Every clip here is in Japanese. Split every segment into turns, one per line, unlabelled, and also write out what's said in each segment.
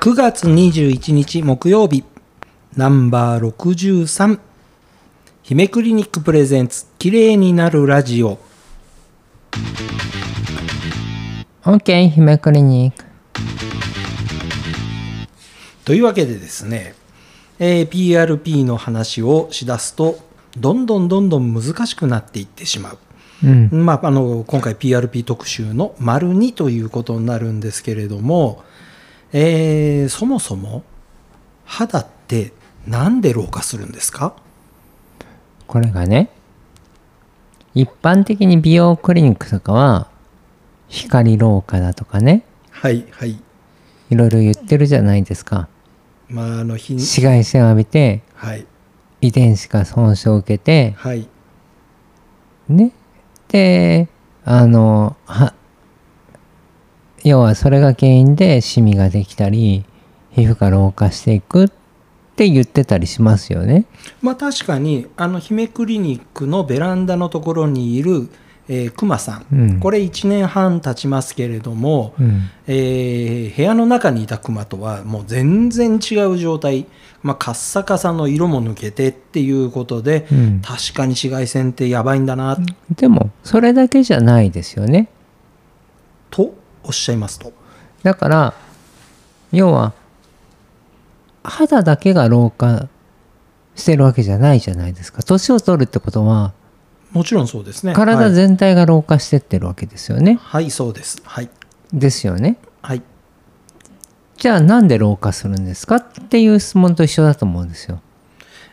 9月21日木曜日ナンバー63姫クリニックプレゼンツ綺麗になるラジオ
OK 姫クリニック
というわけでですね、えー PRP の話をしだすとどんどんどんどん難しくなっていってしまう
うん
まあ、あの今回 PRP 特集の「丸2ということになるんですけれども、えーそもそも肌ってなんで老化するんですか
これがね一般的に美容クリニックとかは光老化だとかね
はいはい。
いろいろ言ってるじゃないですか
まあ、あの日に
紫外線を浴びて
はい
遺伝子が損傷を受けて
はい
ねであのは要はそれが原因でシミができたり皮膚が老化していくって言ってたりしますよね。
まあ確かにあの姫クリニックのベランダのところにいる、えー、クマさん、
うん、
これ1年半経ちますけれども、
うん
えー部屋の中にいたクマとはもう全然違う状態、まあ、カッサカサの色も抜けてっていうことで、
うん
確かに紫外線ってやばいんだな
でもそれだけじゃないですよね。
とおっしゃいますと。
だから要は肌だけが老化してるわけじゃないじゃないですか年を取るってことは
もちろんそうですね。
体
はい、
全体が老化してってるわけですよね。
はい、そうです。はい。
ですよね。
はい。
じゃあなんで老化するんですかっていう質問と一緒だと思うんですよ。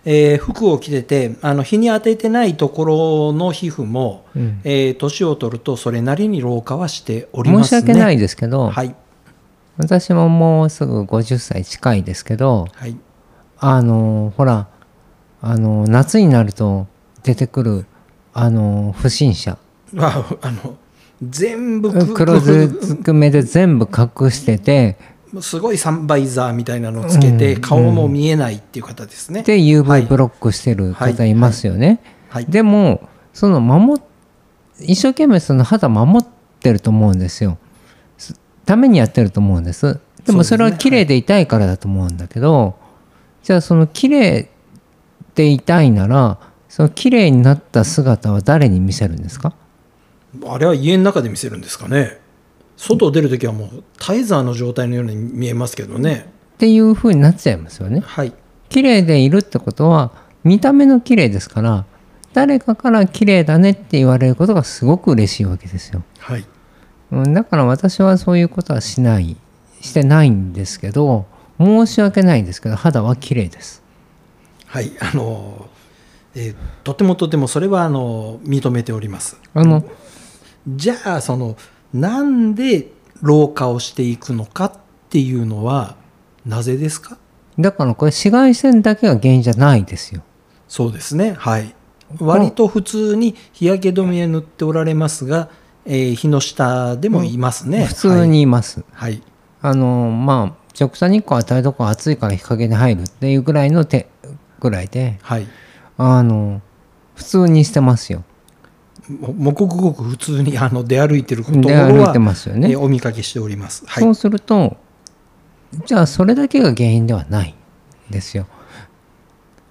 えー服を着てて、あの、日に当ててないところの皮膚も、えー年を取るとそれなりに老化はしております
申し
ね。
訳ないですけど、
はい。
私ももうすぐ50歳近いですけど
はい。
あのほらあの夏になると出てくるあの不審者
ああの、全部く
黒ずくめで全部隠してて
すごいサンバイザーみたいなのをつけて、
うん
顔も見えないっていう方ですね。
で UV ブロックしてる方いますよね。
はい、
でもその守っ一生懸命その肌守ってると思うんですよすためにやってると思うんですでも
そ
そ
ですね
うれは綺麗でいたいからだと思うんだけど、じゃあその綺麗でいたいならその綺麗になった姿は誰に見せるんですか
あれは家の中で見せるんですかね。外を出るときはもうタイザーの状態のように見えますけどね。
っていう風になっちゃいますよね
はい。
綺麗でいるってことは見た目の綺麗ですから誰かから綺麗だねって言われることがすごく嬉しいわけですよ
はい。
うん、だから私はそういうことはしないしてないんですけど申し訳ないんですけど肌は綺麗です
はい。あの、えーとてもとてもそれはあの認めております。
あの
じゃあ、その、なんで老化をしていくのかっていうのは、なぜですか
だからこれ紫外線だけが原因じゃないですよ
そうですね、はい、割と普通に日焼け止め塗っておられますが、えー日の下でもいますね、
普通にいます、
はい、はい
あのまあ直射日光当たるとこ暑いから日陰に入るっていうぐらいの手ぐらいで
はい
あの普通にしてますよ
ももくごく普通にあの出歩いてるところ
で歩い
は、
てますよね、
えーお見かけしております、は
そう
い、
するとじゃあそれだけが原因ではないんですよ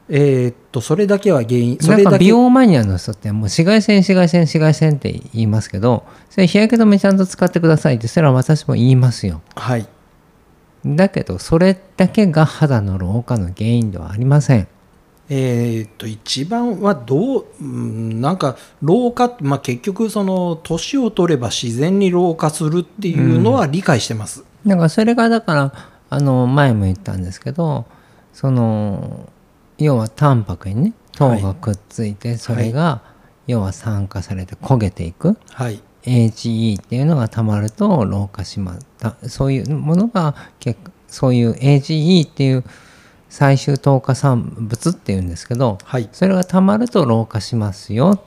えーっとそれだけは原因そ
な
れ
んか
だ
美
け
容マニアの人ってもう紫外線紫外線紫外線って言いますけどそれ日焼け止めちゃんと使ってくださいってそれは私も言いますよ
はい
だけどそれだけが肌の老化の原因ではありません
えーっと一番はどう、うん、なんか老化、まあ、結局その年を取れば自然に老化するっていうのは理解してます、
だからそれがだからあの前も言ったんですけどその要はタンパクにね糖がくっついてそれが要は酸化されて焦げていく
はい
HE っていうのがたまると老化しまったそういうものが結そういう HE っていう最終糖化産物っていうんですけど
はい
それがたまると老化しますよっ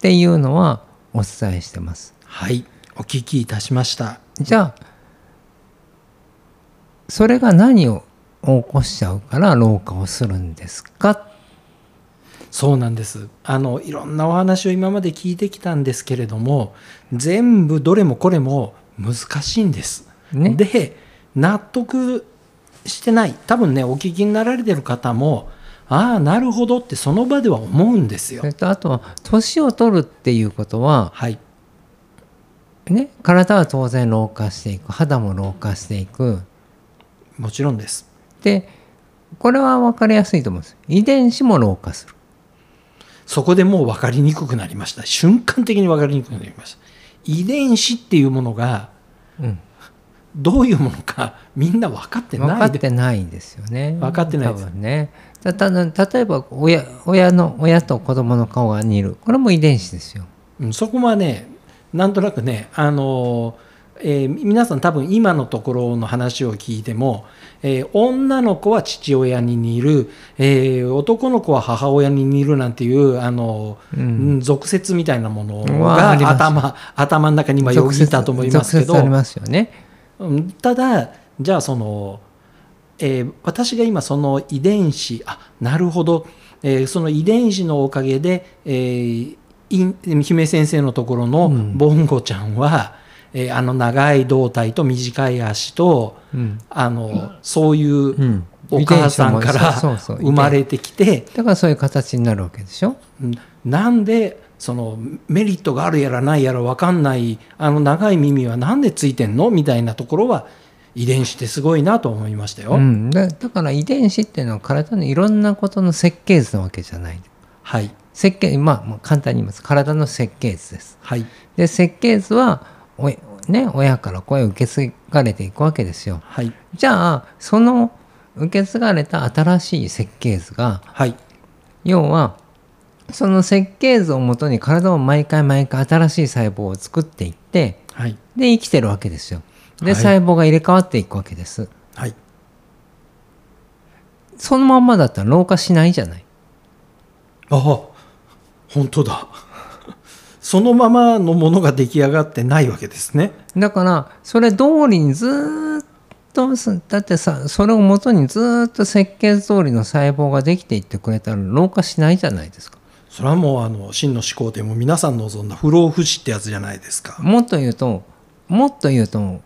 ていうのはお伝えしてます
はい、お聞きいたしました。
じゃあそれが何を起こしちゃうから老化をするんですか
そうなんですあのいろんなお話を今まで聞いてきたんですけれども全部どれもこれも難しいんです。
ね
で納得してない多分ねお聞きになられてる方もああなるほどってその場では思うんですよ
そ。れとあとは年を取るっていうことは、
はい、
ね、体は当然老化していく肌も老化していく
もちろんです。
でこれは分かりやすいと思うんです遺伝子も老化する
そこでもう分かりにくくなりました。瞬間的に分かりにくくなりました。遺伝子っていうものが
うん、
どういうものかみんな分かって
分か
な
っ
いで
てないですよね
分かってない
多
です
分ねたただ例えば親親の親と子供の顔が似るこれも遺伝子ですよ
うんそこはねなんとなくねあのーえー皆さん多分今のところの話を聞いても、えー女の子は父親に似る、えー男の子は母親に似るなんていうあのー
う
うん俗説みたいなもの
うわ
が
あります
頭頭の中に今よぎったと思いますけ
俗説あり
ど
ますよね
うんただじゃあその、えー私が今その遺伝子あなるほど、えーその遺伝子のおかげで、えーい姫先生のところの
うん
ボンゴちゃんは、えーあの長い胴体と短い足と
うん、
あの、そういう
うん
お母さんか
遺伝子も
ら
そうそう そう
生まれてきて
だからそういう形になるわけでしょ
うんなんでそのメリットがあるやらないやら分かんないあの長い耳はなんでついてんのみたいなところは遺伝子ってすごいなと思いましたよ。
うん、だだから遺伝子っていうのは体のいろんなことの設計図なわけじゃない
はい
設計まあまあ簡単に言います体の設計図です
はい
で設計図はお、ね、親から声を受け継がれていくわけですよ
はい
じゃあその受け継がれた新しい設計図が
はい
要はその設計図をもとに体を毎回毎回新しい細胞を作っていって
はい
で生きてるわけですよ
は
で
い
細胞が入れ替わっていくわけです、
はい
そのまんまだったら老化しないじゃない
ああ本当だ そのままのものが出来上がってないわけですね。
だからそれ通りにずーっとすだってさそれをもとにずーっと設計通りの細胞ができていってくれたら老化しないじゃないですか
それはもうあの真の思考でも皆さん望んだ不老不死ってやつじゃないですか。
もっと言うともっと言うと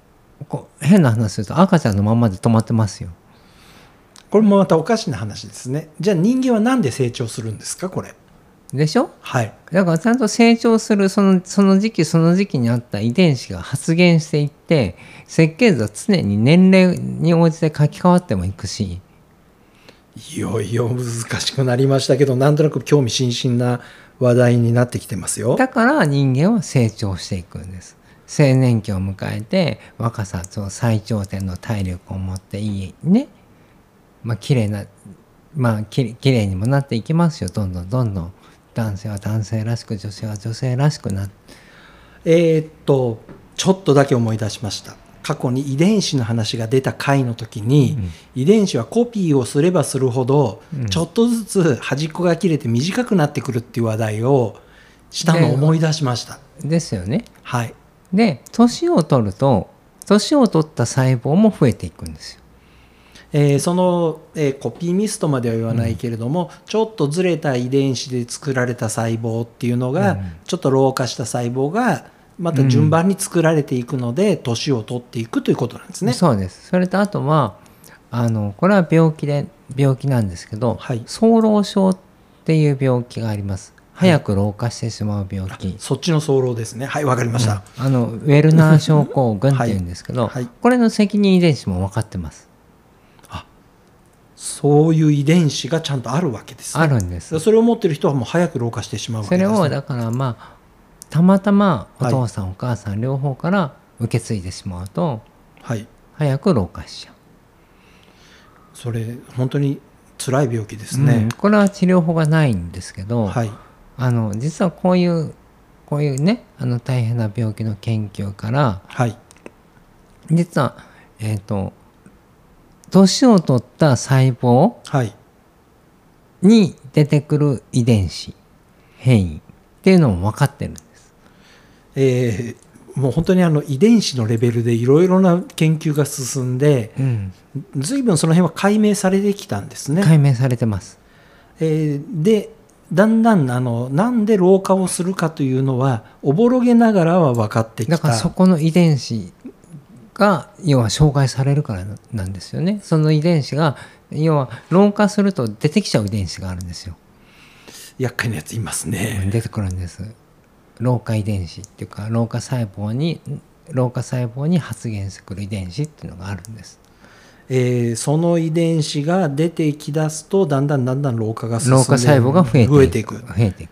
こう変な話すると赤ちゃんのまんまで止まってますよ
これもまたおかしな話ですね。じゃあ人間はなんで成長するんですかこれ。
でしょ
はい
だからちゃんと成長するそのその時期その時期にあった遺伝子が発現していって設計図は常に年齢に応じて書き換わってもいくし
いよいよ難しくなりましたけどなんとなく興味津々な話題になってきてますよ。
だから人間は成長していくんです青年期を迎えて若さと最頂点の体力を持っていいねまあ綺麗なまあき綺麗にもなっていきますよどんどんどんどん男性は男性らしく女性は女性らしくなって
えーっとちょっとだけ思い出しました過去に遺伝子の話が出た回の時に、遺伝子はコピーをすればするほど、
うん
ちょっとずつ端っこが切れて短くなってくるっていう話題をしたのを
で
思い出しました。
ですよね
はい、
で年を取ると年を取った細胞も増えていくんですよ
えーその、えーコピーミストまでは言わないけれども、ちょっとずれた遺伝子で作られた細胞っていうのが、
うん
ちょっと老化した細胞がまた順番に作られていくので年、を取っていくということなんですね。
そうですそれとあとはあのこれは病気で病気なんですけど、
はい
早老症っていう病気があります
はい
早く老化してしまう病気、
そっちの早漏ですね。はい、わかりました。
あのウェルナー症候群っていうんですけど、
はいはい
これの責任遺伝子も分かってます
そういう遺伝子がちゃんとあるわけです、
あるんです
それを持ってる人はもう早く老化してしまうわ
そ
けで
れ
す、ね。
をだからまあたまたまお
はい
父さん、お母さん両方から受け継いでしまうと
はい。
早く老化しちゃう
それ、本当に辛い病気ですね
うん。これは治療法がないんですけど、
はい。
あの実はこういうこういうねあの大変な病気の研究から
はい。
実はえっ、と年を取った細胞
はい。
に出てくる遺伝子変異っていうのも分かってるんです。
えーもう本当にあの遺伝子のレベルでいろいろな研究が進んで、随分その辺は解明されてきたんですね。
解明されてます。
えーで、だんだんあのなんで老化をするかというのはおぼろげながらは分かってきた
だからそこの遺伝子が要は障害されるからなんですよねその遺伝子が要は老化すると出てきちゃう遺伝子があるんですよ
厄介なやついますね。
出てくるんです老化遺伝子っていうか老化細胞に老化細胞に発現してくる遺伝子っていうのがあるんです
えーその遺伝子が出てきだすとだんだんだんだん老化が進んで
老化細胞が増えていく
増えていく、
増えていく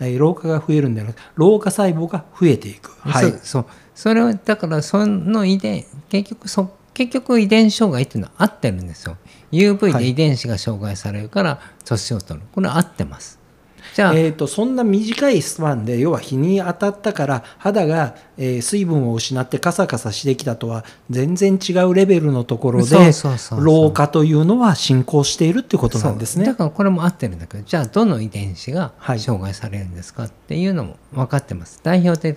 えー老化が増えるんではなく老化細胞が増えていくはい
そそうそれをだからその遺伝結局そ結局遺伝障害っていうのは合ってるんですよ
は
UV で
い
遺伝子が障害されるから年を取るこれは合ってますじゃあ、
えー、とそんな短いスパンで要は日に当たったから肌が、えー水分を失ってカサカサしてきたとは全然違うレベルのところで
そうそうそうそう
老化というのは進行しているってことなんです
そう
ね
だ。からこれも合ってるんだけどじゃあどの遺伝子が
はい
障害されるんですかっていうのも分かってます、代表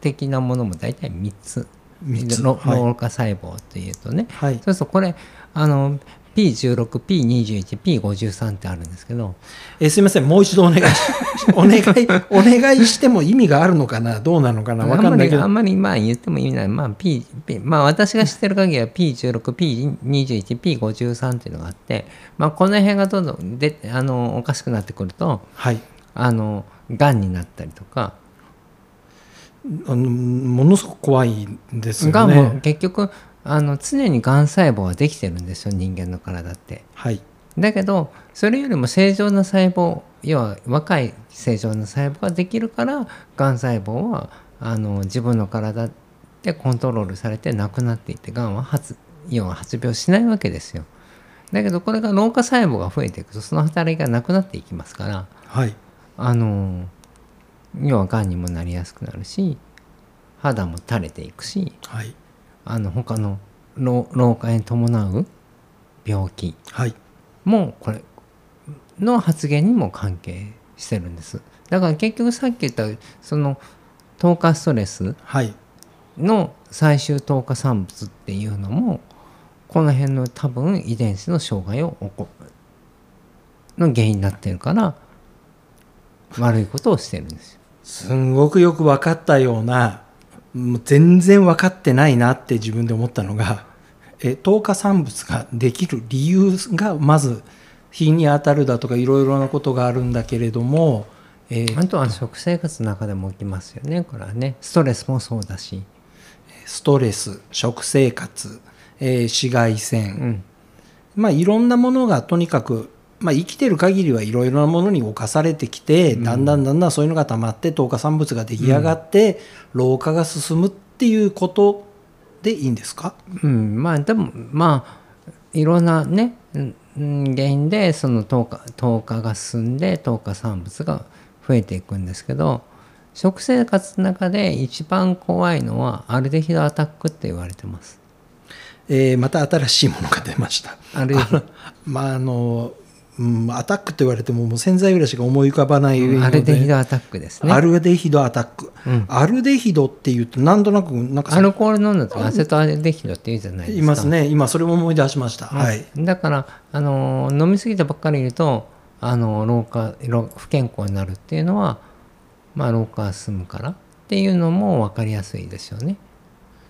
的なものも大体3つ
三つ
ろ
はい
老化細胞というとね、
はい
そうするとこれあの P16P21P53 ってあるんですけど
えーすいませんもう一度お願いし お願いお願いしても意味があるのかなどうなのかな
あ
わか
ん
ん
ま
ない
り
け
あ
ど
んまりまあ言っても意味ない、まあ P P まあ、私が知ってる限りは P16P21P53 っていうのがあって、まあ、この辺がどんどんであのおかしくなってくると
はい
あのがんになったりとか
あのものすごく怖いんです
が
よ
んも
ね。
結局あの常にがん細胞はできてるんですよ人間の体って。
はい
だけどそれよりも正常な細胞要は若い正常な細胞ができるからがん細胞はあの自分の体でコントロールされてなくなっていってがんは発要は発病しないわけですよ。だけどこれが老化細胞が増えていくとその働きがなくなっていきますから
はい
あの要はがんにもなりやすくなるし肌も垂れていくし
はい
あの他の老老化に伴う病気
はい
もうこれの発言にも関係してるんですだから結局さっき言ったその透過ストレス
はい
の最終透過産物っていうのもこの辺の多分遺伝子の障害を起この原因になってるから悪いことをしてるんですよ。
すんごくよく分かったようなもう全然分かってないなって自分で思ったのがえ糖化産物ができる理由がまず日に当たるだとかいろいろなことがあるんだけれども、えー
あとは食生活の中でも起きますよねこれはねストレスもそうだし、
ストレス食生活、えー紫外
う
線、
ん、
まあ、いろんなものがとにかく、まあ、生きてる限りはいろいろなものに侵されてきて、だんだんだんだんそういうのが溜まって糖化産物が出来上がって、老化が進むっていうことでいいんですか
うん、まあでもまあいろんなねうんうん原因でその糖化糖化が進んで糖化産物が増えていくんですけど食生活の中で一番怖いのはアルデヒドアタックって言われてます。
えーまた新しいものが出ました。
アルデヒド
まああのうん、アタックと言われてももう洗剤ぐらいしか思い浮かばない上に
アルデヒドアタックですね。
アルデヒドアタック、
うん
アルデヒドっていうとなんとなくなんか
アルコール飲んだとアセトアルデヒドって言うじゃないです
い
か。
ますね今それも思い出しました、はい
だから、あのー飲み過ぎてばっかりいると、あのー老化老不健康になるっていうのは、まあ、老化が進むからっていうのも分かりやすいですよね。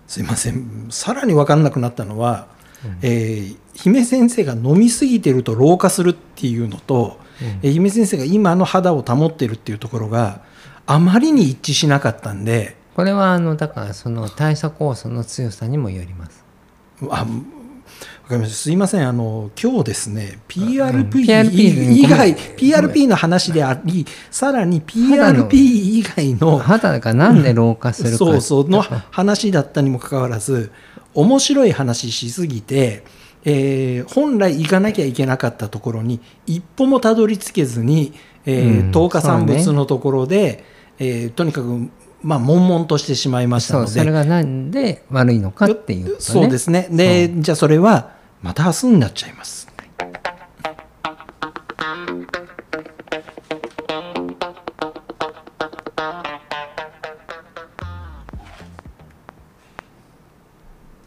すいませんさらに分かんなくなったのは、えー姫先生が飲みすぎてると老化するっていうのと、えー姫先生が今の肌を保ってるっていうところがあまりに一致しなかったんで
これはあのだからその代謝酵素の強さにもよります。
あわかりましたすいませんあの今日ですね PRP 以
PRP
以外
ご
PRP の話でありさらに
肌の
PRP 以外の
肌がなんで老化するか
そうそうの話だったにもかかわらず面白い話しすぎて、えー本来行かなきゃいけなかったところに一歩もたどり着けずに、えー
うん
糖化産
そう
物
ね
のところで、えーとにかく、まあ、悶々としてしまいました
そ
の
う
で
それがなんで悪いのかっていうことね。
そうですねでじゃあそれはまた明日になっちゃいます。